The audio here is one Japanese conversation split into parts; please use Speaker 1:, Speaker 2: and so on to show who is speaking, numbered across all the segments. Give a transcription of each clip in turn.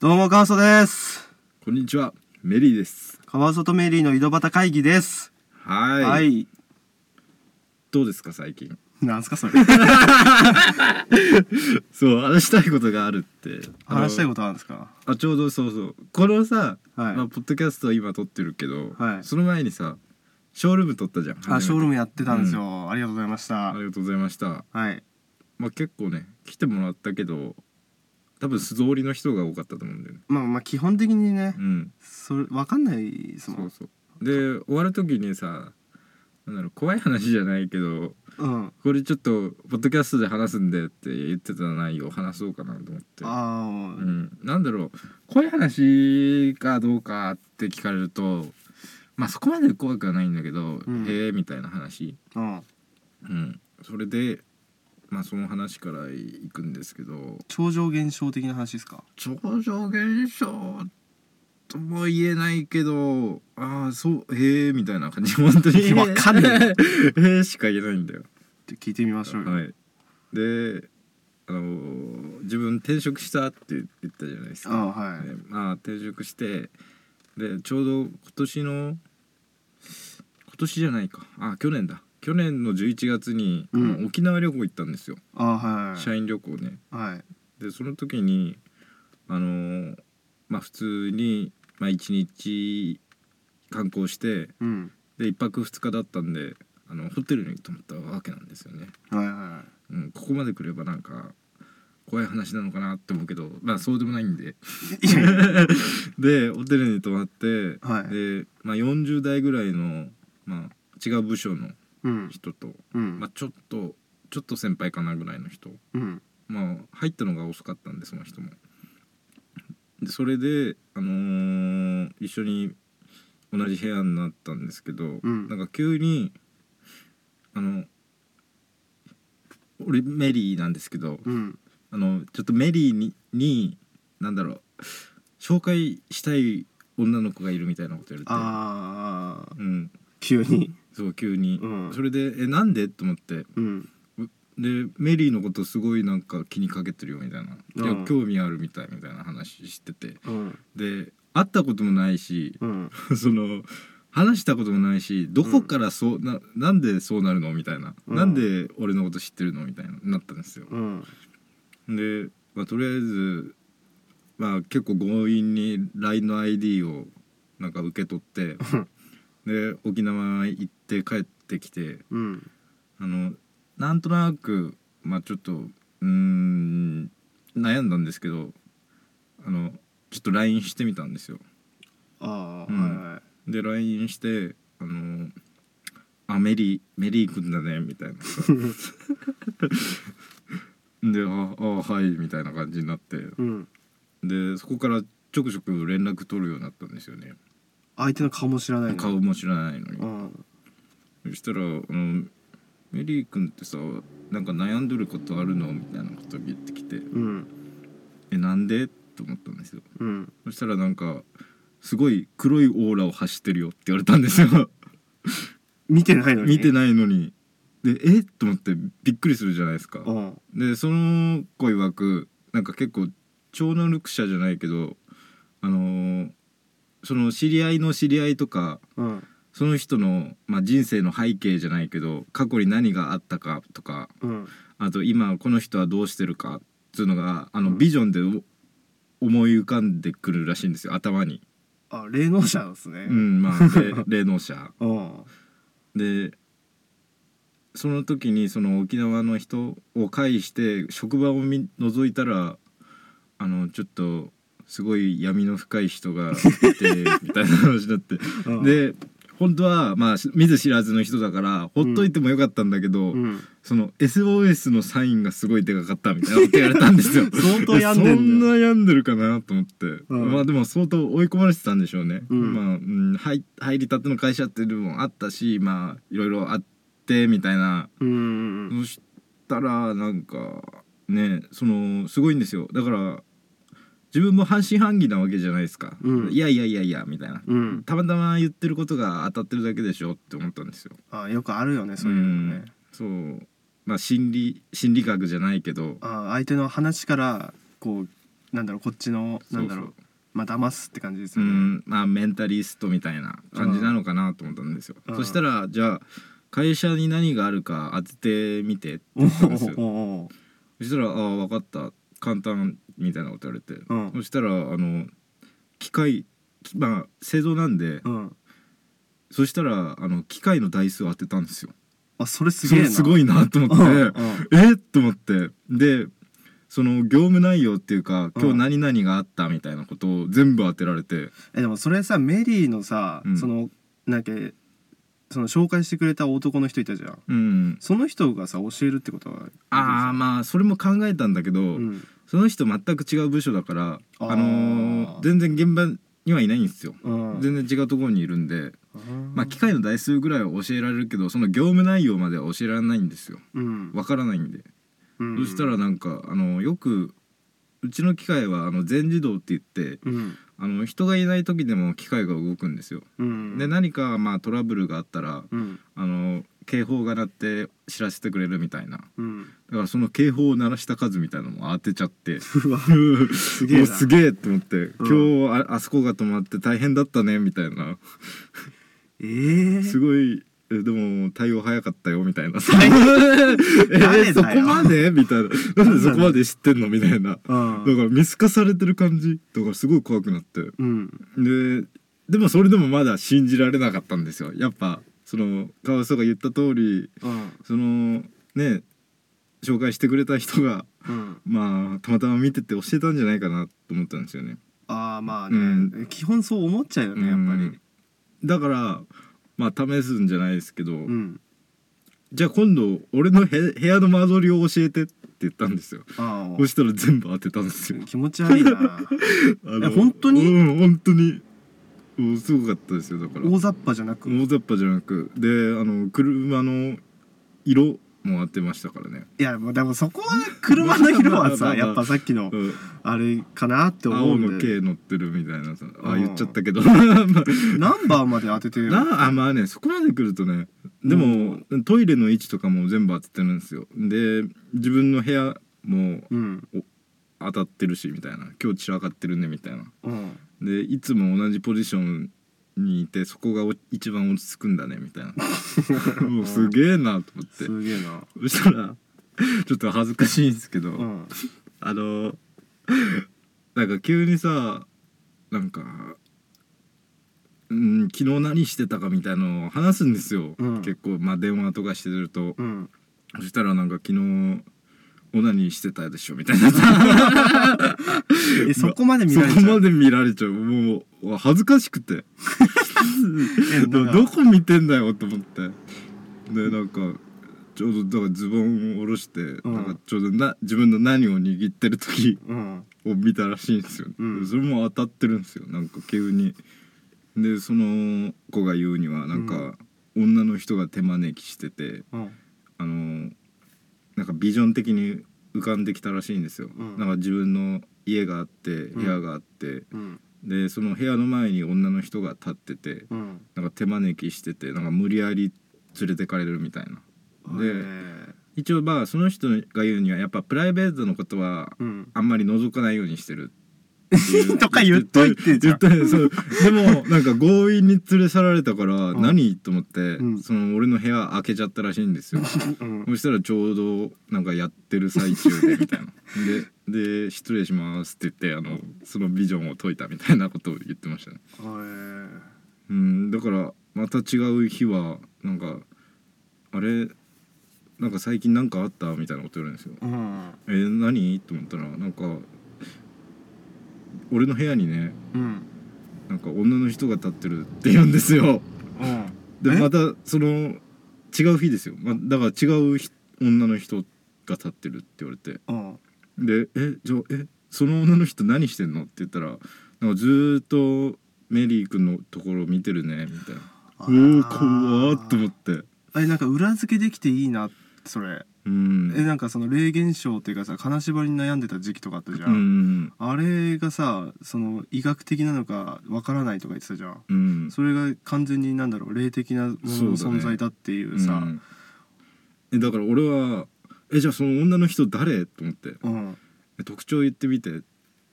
Speaker 1: どうも川曽です
Speaker 2: こんにちは、メリーです。
Speaker 1: 川曽とメリーの井戸端会議です
Speaker 2: は,、
Speaker 1: はいい、
Speaker 2: どうですか最近。
Speaker 1: なんすかそ れ
Speaker 2: そう話したいことがあるって。
Speaker 1: 話したい
Speaker 2: こ
Speaker 1: ことあるんですか
Speaker 2: と。あちょうどそうそう。このさ、
Speaker 1: はい
Speaker 2: まあポッドキャストは今撮ってるけど、
Speaker 1: はい
Speaker 2: その前にさ、ショールーム撮ったじゃん。
Speaker 1: あショールーム
Speaker 2: や。
Speaker 1: やってたんですよ、ありがとうございまし
Speaker 2: あ
Speaker 1: た
Speaker 2: りがとうございました。
Speaker 1: はい
Speaker 2: まあ結構ね来てもらったけど、多分素通りの人が多かったと思うんだよね。
Speaker 1: まあまあ基本的にね、
Speaker 2: うん。
Speaker 1: それわかんないです
Speaker 2: そ
Speaker 1: もん
Speaker 2: うそう。で終わる時にさ、なんだろう怖い話じゃないけど。
Speaker 1: うん
Speaker 2: これちょっとポッドキャストで話すんでって言ってた内容を話そうかなと思って、
Speaker 1: あ
Speaker 2: う
Speaker 1: ー、
Speaker 2: ん、なんだろうこういう話かどうかって聞かれるとまあそこまで怖くはないんだけど、
Speaker 1: ん
Speaker 2: へえみたいな話、
Speaker 1: うん、
Speaker 2: うん、それでまあその話からいくんですけど
Speaker 1: 超常現象的な話ですか
Speaker 2: 超常現象とも言えないけどああそうへえみたいな感じ本当に
Speaker 1: わかんない
Speaker 2: へえしか言えないんだよ
Speaker 1: って聞いてみましょうよ、
Speaker 2: はい、で、あのー自分転職したって言ったじゃないです
Speaker 1: あ
Speaker 2: か、
Speaker 1: ーはい、
Speaker 2: ねまあ転職してでちょうど今年の今年じゃないかあ去年だ去年の11月に、あの
Speaker 1: うん
Speaker 2: 沖縄旅行行ったんですよ、
Speaker 1: あー
Speaker 2: 社
Speaker 1: はい
Speaker 2: 員旅行ね
Speaker 1: はい
Speaker 2: でその時にあのーまあ普通に、まあ、1日観光して
Speaker 1: うん
Speaker 2: で1泊2日だったんであのホテルに泊まったわけなんですよね
Speaker 1: はいは
Speaker 2: うん、ここまで来ればなんか怖い話なのかなって思うけどまあそうでもないんで
Speaker 1: いいやいや
Speaker 2: でホテルに泊まって、
Speaker 1: はい
Speaker 2: で、まあ、40代ぐらいの、まあ、違う部署の
Speaker 1: うん
Speaker 2: 人と、
Speaker 1: うん、
Speaker 2: まあ、ちょっとちょっと先輩かなぐらいの人
Speaker 1: うん
Speaker 2: まあ入ったのが遅かったんでその人も。でそれで、あのー一緒に同じ部屋になったんですけど、
Speaker 1: うん
Speaker 2: なんか急にあの俺メリーなんですけど、
Speaker 1: うん
Speaker 2: あのちょっとメリーにになんだろう紹介したい女の子がいるみたいなこと言われて
Speaker 1: ああ
Speaker 2: うん、
Speaker 1: 急に
Speaker 2: そう急に、
Speaker 1: うん
Speaker 2: それで「えなんで?」と思って
Speaker 1: うん
Speaker 2: でメリーのことすごいなんか気にかけてるよみたいな「いや
Speaker 1: うん
Speaker 2: 興味ある」みたいみたいな話してて
Speaker 1: うん
Speaker 2: で会ったこともないし、
Speaker 1: うん、
Speaker 2: その話したこともないしどこからそう、ななんでそうなるのみたいな、
Speaker 1: うん
Speaker 2: なんで俺のこと知ってるのみたいななったんですよ。
Speaker 1: うん、
Speaker 2: で、まあ、とりあえず、まあ、結構強引に LINE の ID をなんか受け 取ってで沖縄行って帰ってきて
Speaker 1: うん、
Speaker 2: あのなんとなく、まあ、ちょっとうーん悩んだんですけどあのちょっと LINE してみたんですよ。
Speaker 1: ああ、
Speaker 2: うん
Speaker 1: はいはい
Speaker 2: で LINE してあのあメリーメリーくんだねみたいなさ でああはいみたいな感じになって
Speaker 1: うん
Speaker 2: でそこからちょくちょく連絡取るようになったんですよね
Speaker 1: 相手の顔も知らないの
Speaker 2: 顔も知らないの
Speaker 1: う
Speaker 2: に
Speaker 1: ん
Speaker 2: そしたらあの「メリー君ってさなんか悩んどることあるの?」みたいなことを言ってきて
Speaker 1: うん
Speaker 2: 「えなんで?」と思ったんですよ
Speaker 1: うん
Speaker 2: そしたらなんかすごい黒いオーラを発してるよって言われたんですよ
Speaker 1: 見てないのに
Speaker 2: 見て
Speaker 1: い
Speaker 2: ないのにでえっと思ってびっくりするじゃないですか
Speaker 1: うん
Speaker 2: でその子曰くなんか結構超能力者じゃないけどあのーその知り合いの知り合いとか
Speaker 1: うん
Speaker 2: その人の、まあ、人生の背景じゃないけど過去に何があったかとか
Speaker 1: うん
Speaker 2: あと今この人はどうしてるかっていうのがあの、
Speaker 1: うん
Speaker 2: ビジョンでお思い浮かんでくるらしいんですよ頭に。
Speaker 1: あ霊能者ですね
Speaker 2: うんまあ、で霊 能者
Speaker 1: うん
Speaker 2: でその時にその沖縄の人を介して職場を見覗いたらあのちょっとすごい闇の深い人がい てみたいな話になって、
Speaker 1: うん
Speaker 2: で本当はまあし見ず知らずの人だからほっといてもよかったんだけど、
Speaker 1: うん
Speaker 2: その SOS のサインがすごいでかかったみたいなこと言われたんですよ
Speaker 1: 相当病んでんだよ
Speaker 2: そんな病んでるかなと思って、
Speaker 1: うん
Speaker 2: まあでも相当追い込まれてたんでしょうね、
Speaker 1: うん
Speaker 2: まあ、うん、入入りたての会社っていうのもあったしまあいろいろあってみたいな、
Speaker 1: うん
Speaker 2: そしたらなんかねそのすごいんですよだから自分も半信半疑なわけじゃないですか、
Speaker 1: うん
Speaker 2: いやいやいやいやみたいな、
Speaker 1: うん
Speaker 2: たまたま言ってることが当たってるだけでしょって思ったんですよ
Speaker 1: あよくあるよねそういうのね
Speaker 2: うんそうまあ心理心理学じゃないけど
Speaker 1: あ相手の話からこうなんだろうこっちのなんだろう
Speaker 2: そう
Speaker 1: まあ騙すって感じです
Speaker 2: う
Speaker 1: よね、
Speaker 2: んまあメンタリストみたいな感じなのかなと思ったんですよ、
Speaker 1: うん
Speaker 2: そしたらじゃあ会社に何があるか当ててみてって
Speaker 1: お
Speaker 2: 言ったんですよ
Speaker 1: おおお
Speaker 2: そしたら「ああ分かった簡単」みたいなこと言われて、
Speaker 1: うん
Speaker 2: そしたらあの機械きまあ製造なんで、
Speaker 1: うん
Speaker 2: そしたらあの機械の台数を当てたんですよ
Speaker 1: あそれす
Speaker 2: そ
Speaker 1: げえ
Speaker 2: れ
Speaker 1: な
Speaker 2: すごいなと思って、
Speaker 1: うんうん
Speaker 2: えっ と思ってでその業務内容っていうか今
Speaker 1: うん
Speaker 2: 日何々があったみたいなことを全部当てられて、
Speaker 1: えでもそれさメリーのさ、
Speaker 2: うん
Speaker 1: そのなんかその紹介してくれた男の人いたじゃん
Speaker 2: うん、
Speaker 1: その人がさ教えるってことは
Speaker 2: ああまあそれも考えたんだけど、
Speaker 1: うん
Speaker 2: その人全く違う部署だから
Speaker 1: あ
Speaker 2: あ
Speaker 1: ー
Speaker 2: のー全然現場にはいないんですよ、
Speaker 1: うん
Speaker 2: 全然違うところにいるんで、
Speaker 1: うん
Speaker 2: まあ機械の台数ぐらいは教えられるけどその業務内容までは教えられないんですよ
Speaker 1: うん
Speaker 2: わからないんで、
Speaker 1: うん
Speaker 2: そしたらなんかあのよくうちの機械はあの全自動って言って
Speaker 1: うん
Speaker 2: あの人がいない時でも機械が動くんですよ、
Speaker 1: うん
Speaker 2: で何かまあトラブルがあったら
Speaker 1: うん
Speaker 2: あの警報が鳴って知らせてくれるみたいな
Speaker 1: うん
Speaker 2: だからその警報を鳴らした数みたいなのも当てちゃって
Speaker 1: う わ
Speaker 2: す
Speaker 1: げえな
Speaker 2: すげえと思って、
Speaker 1: ん
Speaker 2: 今日ああそこが止まって大変だったねみたいな
Speaker 1: えー、
Speaker 2: すごいえでも対応早かったよみたいな え
Speaker 1: 誰だよ
Speaker 2: そこまでみたいななんでそこまで知ってんのみたいなだか
Speaker 1: うん
Speaker 2: ら見透かされてる感じだからすごい怖くなって
Speaker 1: うん
Speaker 2: ででもそれでもまだ信じられなかったんですよやっぱその川尾さんが言った通り
Speaker 1: うん
Speaker 2: そのね紹介してくれた人が
Speaker 1: うん
Speaker 2: まあたまたま見てて教えたんじゃないかなと思ったんですよね。
Speaker 1: ああまあね、
Speaker 2: う
Speaker 1: 基本そう思っちゃうよねやっぱり
Speaker 2: うんだからまあ試すんじゃないですけど、
Speaker 1: うん
Speaker 2: じゃあ今度俺のへ部屋の間取りを教えてって言ったんですよ
Speaker 1: あ
Speaker 2: そしたら全部当てたんですよ
Speaker 1: あ気持ち悪いな
Speaker 2: あの
Speaker 1: え本当に
Speaker 2: うん本当にうんすごかったですよだから
Speaker 1: 大雑把じゃなく
Speaker 2: 大雑把じゃなくであの車の色も当てましたからね、
Speaker 1: いやもうでもそこは車の色は
Speaker 2: ま
Speaker 1: さ
Speaker 2: あまあまあ
Speaker 1: やっぱさっきの
Speaker 2: うん
Speaker 1: あれかなって思
Speaker 2: 青
Speaker 1: うん
Speaker 2: の
Speaker 1: で
Speaker 2: K 乗ってるみたいなさあ
Speaker 1: うん
Speaker 2: 言っちゃったけどまあ
Speaker 1: ナンバーまで当ててよ
Speaker 2: なあまあねそこまで来るとねでも、トイレの位置とかも全部当ててるんですよで自分の部屋も
Speaker 1: うん
Speaker 2: 当たってるしみたいな今日散らかってるねみたいな
Speaker 1: うん
Speaker 2: でいつも同じポジションにいてそこがお一番落ち着くんだねみたいな もうすげえなと思って
Speaker 1: すげえな
Speaker 2: そしたらちょっと恥ずかしいんですけど、
Speaker 1: うん
Speaker 2: あのなんか急にさなんか、うん、昨日何してたかみたいのを話すんですよ、
Speaker 1: うん
Speaker 2: 結構まあ電話とかしてると、
Speaker 1: うん
Speaker 2: そしたらなんか昨日オナニーしてたでしょみたいなさ
Speaker 1: えそこまで見
Speaker 2: そ
Speaker 1: られ
Speaker 2: こ
Speaker 1: ちゃ
Speaker 2: ま
Speaker 1: う
Speaker 2: で見られちゃうもう恥ずかしくて
Speaker 1: え
Speaker 2: で
Speaker 1: なん
Speaker 2: もど
Speaker 1: か
Speaker 2: こ見てんだよと思ってでなんかちょうどだからズボンを下ろして、
Speaker 1: ん
Speaker 2: なんかちょうどな自分の何を握ってる時
Speaker 1: うん
Speaker 2: を見たらしいんですよ、
Speaker 1: うん
Speaker 2: それも当たってるんですよなんか急にでその子が言うにはなんか、女の人が手招きしてて
Speaker 1: うん
Speaker 2: あのなんかビジョン的に浮かんできたらしいんですよ、
Speaker 1: ん
Speaker 2: なんか自分の家があって
Speaker 1: ん
Speaker 2: 部屋があって、
Speaker 1: うん
Speaker 2: でその部屋の前に女の人が立ってて
Speaker 1: うん
Speaker 2: なんか手招きしててなんか無理やり連れてかれるみたいなで
Speaker 1: え
Speaker 2: 一応まあその人が言うにはやっぱプライベートのことは
Speaker 1: うん
Speaker 2: あんまり覗かないようにしてるってい う
Speaker 1: とか言っといてじゃん
Speaker 2: 言っといてそうでもなんか強引に連れ去られたから
Speaker 1: ん
Speaker 2: 何、と思って、
Speaker 1: ん
Speaker 2: その俺の部屋開けちゃったらしい んですよそ
Speaker 1: うん
Speaker 2: したらちょうどなんかやってる最中でみたいなでで「失礼します」って言ってあのそのビジョンを解いたみたいなことを言ってましたね
Speaker 1: へ
Speaker 2: うんだからまた違う日はなんかあれなんか最近なんかあったみたいなこと言われるんですよ
Speaker 1: えうん
Speaker 2: えー何と思ったらなんか俺の部屋にね
Speaker 1: うん
Speaker 2: なんか女の人が立ってるって言うんですよ
Speaker 1: うん
Speaker 2: で
Speaker 1: え
Speaker 2: またその違う日ですよ、まあ、だから違うひ女の人が立ってるって言われて
Speaker 1: うん
Speaker 2: で「えじゃあえその女の人何してんの?」って言ったら「なんかずーっとメリー君のところ見てるね」みたいな「
Speaker 1: あ
Speaker 2: お
Speaker 1: ー
Speaker 2: お怖ーっ」と思って
Speaker 1: あれなんか裏付けできていいなそれ
Speaker 2: うん
Speaker 1: えなんかその霊現象っていうかさ金縛りに悩んでた時期とかあったじゃ
Speaker 2: うん
Speaker 1: ん
Speaker 2: うん
Speaker 1: あれがさその医学的なのかわからないとか言ってたじゃん
Speaker 2: うん
Speaker 1: それが完全になんだろう霊的なものの
Speaker 2: そうだね
Speaker 1: 存在だっていうさ
Speaker 2: うんえだから俺は「えじゃあその女の人誰?」と思って
Speaker 1: うん
Speaker 2: 「え特徴言ってみて」って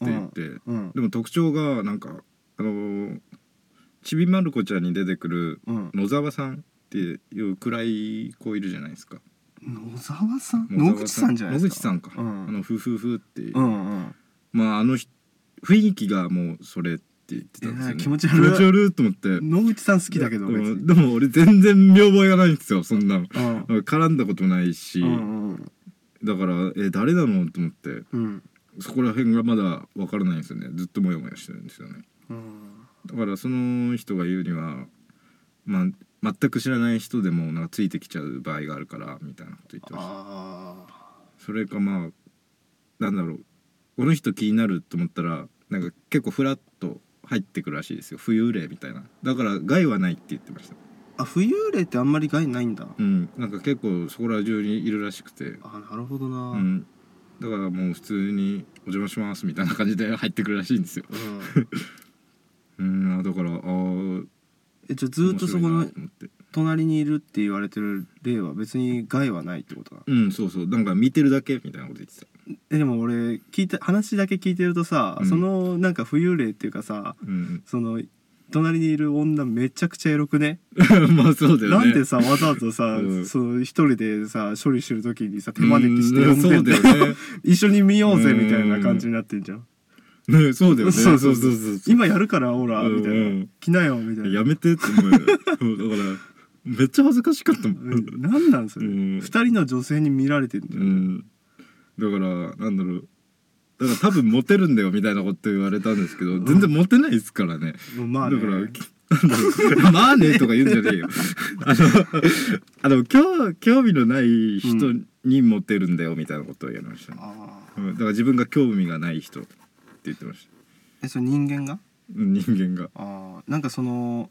Speaker 2: 言って、
Speaker 1: うん
Speaker 2: でも特徴がなんかあのーちびまる子ちゃんに出てくる
Speaker 1: うん
Speaker 2: 野沢さんっていう暗い子いるじゃないですか
Speaker 1: 野沢さん野
Speaker 2: 野沢
Speaker 1: 口さんじゃないですか
Speaker 2: 野口さんか、
Speaker 1: うん
Speaker 2: あのフフフって、
Speaker 1: うんうん
Speaker 2: まああのひ雰囲気がもうそれって言ってたんですよ、
Speaker 1: え
Speaker 2: ね、
Speaker 1: ー気持ち悪い
Speaker 2: 気持ち悪いと思って
Speaker 1: 野口さん好きだけど
Speaker 2: で
Speaker 1: 別
Speaker 2: も
Speaker 1: に
Speaker 2: でも俺全然見覚えがないんですよそんなの
Speaker 1: うん
Speaker 2: 絡んだことないし、
Speaker 1: うんうん
Speaker 2: だからえ誰なのと思って
Speaker 1: うん
Speaker 2: そこら辺がまだわからないんですよねずっとモヤモヤしてるんですよね
Speaker 1: うん
Speaker 2: だからその人が言うにはまあ全く知らない人でもなんかついてきちゃう場合があるからみたいなこと言ってました
Speaker 1: ああ
Speaker 2: それかまあなんだろうこの人気になると思ったらなんか結構フラッと入ってくるらしいですよ浮遊霊みたいなだから害はないって言ってました
Speaker 1: あ浮遊霊ってあんまり害ないんだ
Speaker 2: うんなんか結構そこら中にいるらしくて
Speaker 1: あなるほどな
Speaker 2: う、ん、だからもう普通に「お邪魔します」みたいな感じで入ってくるらしいんですよ。
Speaker 1: うん
Speaker 2: うんだからあー
Speaker 1: えじゃあずーっとそこ
Speaker 2: 面白い
Speaker 1: の
Speaker 2: なと思って
Speaker 1: 隣にいるって言われてる例は別に害はないってことだ
Speaker 2: うんそうそうなんか見てるだけみたいなこと言ってた。
Speaker 1: えでも俺聞いた話だけ聞いてるとさ、
Speaker 2: うん
Speaker 1: そのなんか浮遊霊っていうかさ
Speaker 2: うん、
Speaker 1: その隣にいる女めちゃくちゃエロくね
Speaker 2: まあそうだよ
Speaker 1: な
Speaker 2: ね。
Speaker 1: んでさわざわざさ、
Speaker 2: うん
Speaker 1: その一人でさ処理してる時にさ手
Speaker 2: うん
Speaker 1: 招きして呼んでんだよ
Speaker 2: そうだよね
Speaker 1: 一緒に見ようぜみたいな感じになってんじゃん
Speaker 2: ねそうだよ ね。
Speaker 1: そうそうそう
Speaker 2: そう
Speaker 1: 今やるからオラ
Speaker 2: うん
Speaker 1: みたい
Speaker 2: うん
Speaker 1: な来なよみたいな
Speaker 2: やめてって思うよ。そうだからめっちゃ恥ずかしかったもん。
Speaker 1: うんなんなんそれ
Speaker 2: う
Speaker 1: 二
Speaker 2: ん
Speaker 1: 人の女性に見られてんだ
Speaker 2: う
Speaker 1: よ
Speaker 2: ん、だからなんだろうだから多分モテるんだよみたいなこと言われたんですけど全然モテないですからね。
Speaker 1: もうまあね
Speaker 2: だからなんだろう まあねとか言うんじゃねえよ あのあの興興味のない人にモテるんだよみたいなことを言われましたね、
Speaker 1: あー
Speaker 2: うんだから自分が興味がない人って言ってました
Speaker 1: えそれ人間が
Speaker 2: うん人間が
Speaker 1: あーなんかその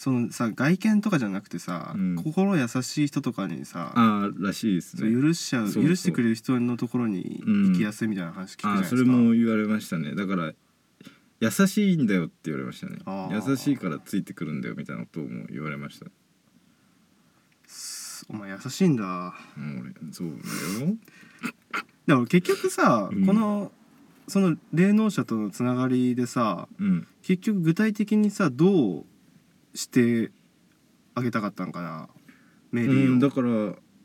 Speaker 1: そのさ外見とかじゃなくてさ、
Speaker 2: うん
Speaker 1: 心優しい人とかにさ
Speaker 2: ああらしいです
Speaker 1: そう
Speaker 2: ね
Speaker 1: 許しちゃう
Speaker 2: そうそう
Speaker 1: 許してくれる人のところに行きやすいみたいな話聞くじゃな
Speaker 2: あ
Speaker 1: い
Speaker 2: あ
Speaker 1: ですか、
Speaker 2: それも言われましたねだから優しいんだよって言われましたね
Speaker 1: あー
Speaker 2: 優しいからついてくるんだよみたいなことも言われました、
Speaker 1: お前優しいんだ
Speaker 2: うん、俺そうだよ
Speaker 1: でも結局さ、
Speaker 2: うん
Speaker 1: このその霊能者とのつながりでさ
Speaker 2: うん
Speaker 1: 結局具体的にさどうしてあげたかったのかなメリ
Speaker 2: うん、
Speaker 1: ー
Speaker 2: だ
Speaker 1: を、
Speaker 2: から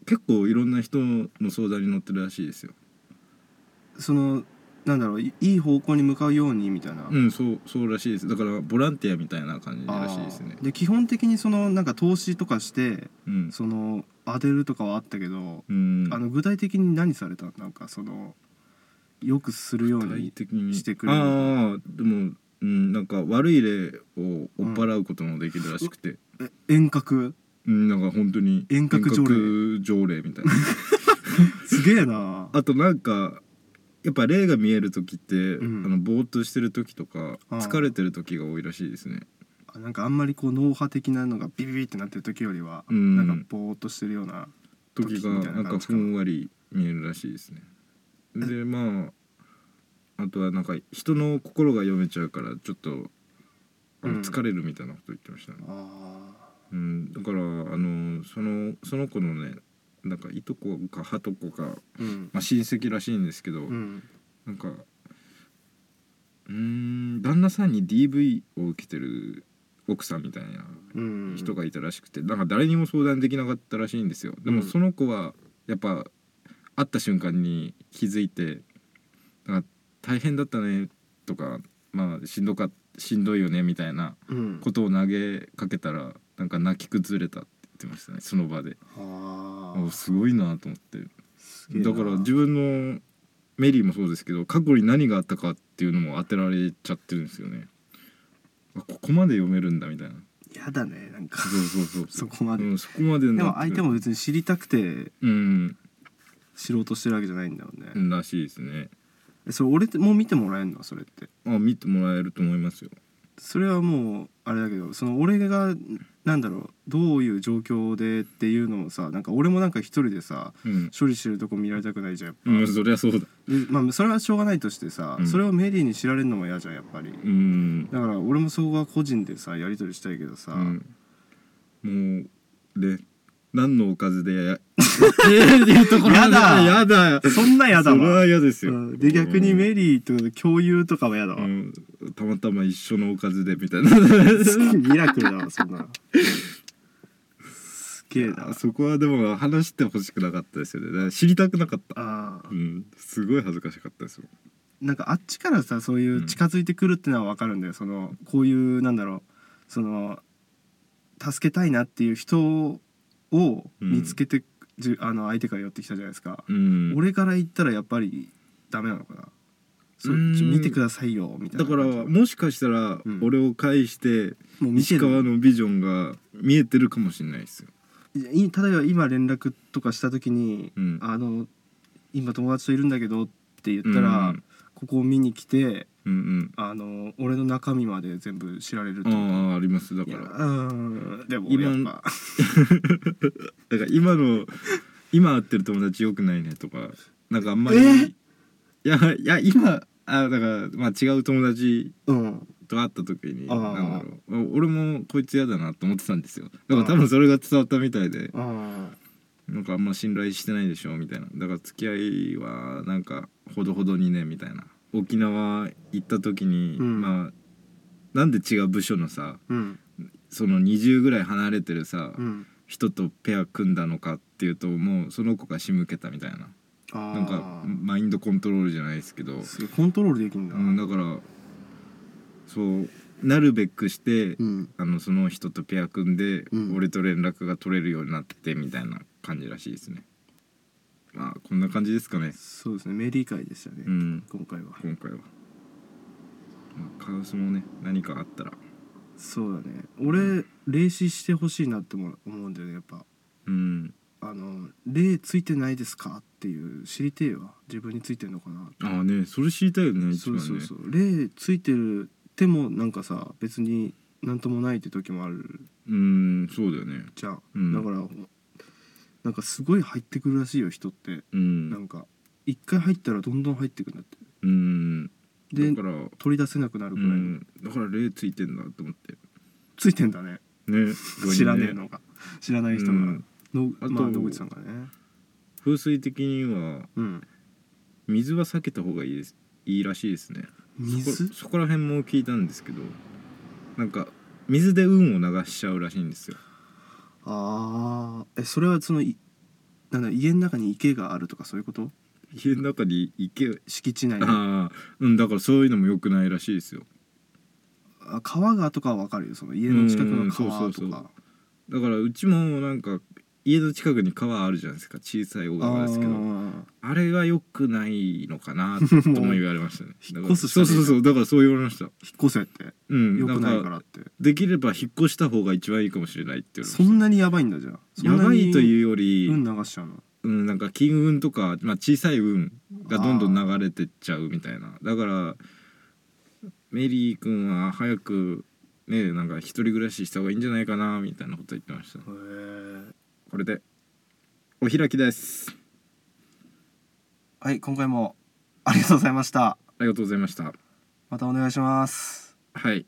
Speaker 2: 結構いろんな人の相談に乗ってるらしいですよ
Speaker 1: そのなんだろういいい方向に向かうようにみたいな、
Speaker 2: うんそうそうらしいですだからボランティアみたいな感じらしいですね
Speaker 1: あー基本的にそのなんか投資とかして
Speaker 2: うん
Speaker 1: その当てるとかはあったけど、
Speaker 2: うん
Speaker 1: あの具体的に何されたのなんかそのよくするように
Speaker 2: 的に
Speaker 1: してくれる
Speaker 2: ああでもうんなんか悪い例を追っ払うこともできるらしくて、
Speaker 1: え遠隔
Speaker 2: うん、なんか本当に
Speaker 1: 遠隔条例
Speaker 2: 遠隔条例 みたいな
Speaker 1: すげえな
Speaker 2: あとなんかやっぱ霊が見える時って、
Speaker 1: ん
Speaker 2: あのぼーっとしてる時とか
Speaker 1: あー
Speaker 2: 疲れてる時が多いらしいですね
Speaker 1: あなんかあんまりこう脳波的なのがビビビってなってる時よりは、
Speaker 2: うん
Speaker 1: なんかぼーっとしてるような
Speaker 2: 時が
Speaker 1: みたいな
Speaker 2: な
Speaker 1: ん
Speaker 2: か
Speaker 1: 感じ
Speaker 2: ふ
Speaker 1: かなん
Speaker 2: わり見えるらしいですねでまああとはなんか人の心が読めちゃうからちょっとあ
Speaker 1: うん
Speaker 2: の疲れるみたいなこと言ってましたね、
Speaker 1: あ
Speaker 2: うんだからあのそのその子のねなんかいとこかはとこか、
Speaker 1: ーうん
Speaker 2: まあ、親戚らしいんですけど、
Speaker 1: うん
Speaker 2: なんかうーん旦那さんに DV を受けてる奥さんみたいな
Speaker 1: うん
Speaker 2: 人がいたらしくてなんか誰にも相談できなかったらしいんですよで
Speaker 1: うん
Speaker 2: もその子はやっぱ会った瞬間に気づいてなんか大変だったねとかまあしんどかしんどいよねみたいな
Speaker 1: うん
Speaker 2: ことを投げかけたらなんか泣き崩れたって言ってましたねその場で
Speaker 1: あ
Speaker 2: あ
Speaker 1: ー
Speaker 2: すごいなと思って
Speaker 1: すげえな
Speaker 2: だから自分のメリーもそうですけど過去に何があったかっていうのも当てられちゃってるんですよねあここまで読めるんだみたいな
Speaker 1: やだねなんか
Speaker 2: そうそうそう
Speaker 1: そこまで、
Speaker 2: うん、そこまでに
Speaker 1: で
Speaker 2: な
Speaker 1: も
Speaker 2: って
Speaker 1: 相手も別に知りたくて
Speaker 2: うん、
Speaker 1: 知ろうとしてるわけじゃないんだろうね、
Speaker 2: らしいですね
Speaker 1: えそれ俺ってもう見てもらえるのそれって
Speaker 2: あ見てもらえると思いますよ
Speaker 1: それはもうあれだけどその俺がなんだろうどういう状況でっていうのもさなんか俺もなんか一人でさ
Speaker 2: うん、
Speaker 1: 処理してるとこ見られたくないじゃんやっぱ
Speaker 2: うん、そりゃそうだ
Speaker 1: でまあそれはしょうがないとしてさ、
Speaker 2: うん
Speaker 1: それをメリーに知られるのも嫌じゃんやっぱり
Speaker 2: うん、
Speaker 1: だから俺もそこは個人でさやり取りしたいけどさ、
Speaker 2: うん、もうで何のおかずで やっていうところ
Speaker 1: やだ
Speaker 2: やだ
Speaker 1: そんなやだ
Speaker 2: それ
Speaker 1: わ
Speaker 2: は嫌です
Speaker 1: う
Speaker 2: よ、
Speaker 1: んで逆にメリーと共有とかはやだ
Speaker 2: う
Speaker 1: わ、
Speaker 2: ん、たまたま一緒のおかずでみたいな
Speaker 1: ミラクルだわそんなのすげえな
Speaker 2: あ そこはでも話してほしくなかったですよねだから知りたくなかった、
Speaker 1: あー
Speaker 2: うん、すごい恥ずかしかったですよ
Speaker 1: なんかあっちからさそういう近づいてくるってのは分かるんだよ、そのこういうなんだろうその助けたいなっていう人を見つけて、じゅあの相手から寄ってきたじゃないですか、
Speaker 2: うん
Speaker 1: 俺から言ったらやっぱりダメなのかなそっ
Speaker 2: うん
Speaker 1: ち見てくださいよみたいな
Speaker 2: だからもしかしたら
Speaker 1: うん
Speaker 2: 俺を介して
Speaker 1: もう見て
Speaker 2: 石川
Speaker 1: る
Speaker 2: のビジョンが見えてるかもしれないですよ、
Speaker 1: い例えば今連絡とかした時に「
Speaker 2: うん
Speaker 1: あの今友達といるんだけど」って言ったら、
Speaker 2: うん
Speaker 1: ここを見に来て
Speaker 2: うん
Speaker 1: あの俺の中身まで全部知られるって
Speaker 2: う
Speaker 1: こと
Speaker 2: ん、ああありますだ
Speaker 1: い
Speaker 2: か
Speaker 1: や
Speaker 2: ら
Speaker 1: うんでも
Speaker 2: 今
Speaker 1: やっぱ
Speaker 2: だから今の今会ってる友達よくないねとかなんかあんまり、
Speaker 1: え
Speaker 2: いやいや今あだから、まあ、違う友達
Speaker 1: うん
Speaker 2: と会った時に
Speaker 1: あー
Speaker 2: なんだろう俺もこいつ嫌だなと思ってたんですよだから多分それが伝わったみたいで
Speaker 1: あ
Speaker 2: なんかあんま信頼してないでしょみたいなだから付き合いはなんかほどほどにねみたいな沖縄行った時に、
Speaker 1: うん
Speaker 2: まあなんで違う部署のさ
Speaker 1: うん
Speaker 2: その20ぐらい離れてるさ、
Speaker 1: うん
Speaker 2: 人とペア組んだのかっていうともうその子が仕向けたみたいな
Speaker 1: あー
Speaker 2: なんかマインドコントロールじゃないですけど、
Speaker 1: すごいコントロールできんだ
Speaker 2: うん、だからそうなるべくして、
Speaker 1: うん
Speaker 2: あのその人とペア組んで、
Speaker 1: うん
Speaker 2: 俺と連絡が取れるようになってみたいな感じらしいですねまあこんな感じですかね
Speaker 1: そうですねメリー会でしたね
Speaker 2: うん
Speaker 1: 今回は
Speaker 2: 今回は、まあ、カウスもね何かあったら
Speaker 1: そうだね俺霊視してほしいなっても思うんだよねやっぱ
Speaker 2: うん
Speaker 1: あの霊ついてないですかっていう知りてえわ自分についてんのかな
Speaker 2: ああねそれ知りたいよね一
Speaker 1: そ
Speaker 2: 番
Speaker 1: う
Speaker 2: ね
Speaker 1: そうそう霊ついてるでもなんかさ別になんともないって時もある
Speaker 2: うんそうだよね
Speaker 1: じゃん、
Speaker 2: うん
Speaker 1: だからなんかすごい入ってくるらしいよ人って
Speaker 2: うん
Speaker 1: なんか一回入ったらどんどん入ってくんだって
Speaker 2: うん
Speaker 1: で
Speaker 2: だから
Speaker 1: 取り出せなくなる
Speaker 2: う
Speaker 1: くらいの、
Speaker 2: んだから霊ついてんだと思って
Speaker 1: ついてんだね
Speaker 2: ね
Speaker 1: 知らねえのが知らない人が、
Speaker 2: うん
Speaker 1: の
Speaker 2: あと
Speaker 1: まあ野口さんがね
Speaker 2: 風水的には
Speaker 1: うん
Speaker 2: 水は避けた方がいいですいいらしいですねそ
Speaker 1: 水
Speaker 2: こそこら辺も聞いたんですけどなんか水で運を流しちゃうらしいんですよ
Speaker 1: あーえそれはそのいなんだ家の中に池があるとかそういうこと
Speaker 2: 家の中に池
Speaker 1: 敷地内に
Speaker 2: ああうんだからそういうのも良くないらしいですよ
Speaker 1: あ川がとかは分かるよその家の近く
Speaker 2: うん
Speaker 1: の
Speaker 2: そ
Speaker 1: 川
Speaker 2: うそ
Speaker 1: と
Speaker 2: うそう
Speaker 1: か
Speaker 2: だからうちもなんか家の近くに川あるじゃないですか小さい小
Speaker 1: あ
Speaker 2: 川ですけど
Speaker 1: ー
Speaker 2: あれが良くないのか なとも言われましたね
Speaker 1: 引っ越すし
Speaker 2: そ
Speaker 1: かねえ
Speaker 2: う
Speaker 1: じゃん
Speaker 2: そうそうだからそう言われました
Speaker 1: 引っ越せって
Speaker 2: うん
Speaker 1: 良くない
Speaker 2: ん
Speaker 1: か
Speaker 2: から
Speaker 1: って
Speaker 2: できれば引っ越した方が一番いいかもしれないって言われま
Speaker 1: そんなにやばいんだじゃあ
Speaker 2: したやばいといううより、う
Speaker 1: 運
Speaker 2: ん
Speaker 1: 流しちゃうの
Speaker 2: なんか金運とか、まあ、小さい運がどんどん流れてっちゃうみたいなだからメリー君は早くねなんか一人暮らしした方がいいんじゃないかなみたいなこと言ってました
Speaker 1: へえ
Speaker 2: これでお開きです
Speaker 1: はい今回もありがとうございました
Speaker 2: ありがとうございました
Speaker 1: またお願いします
Speaker 2: はい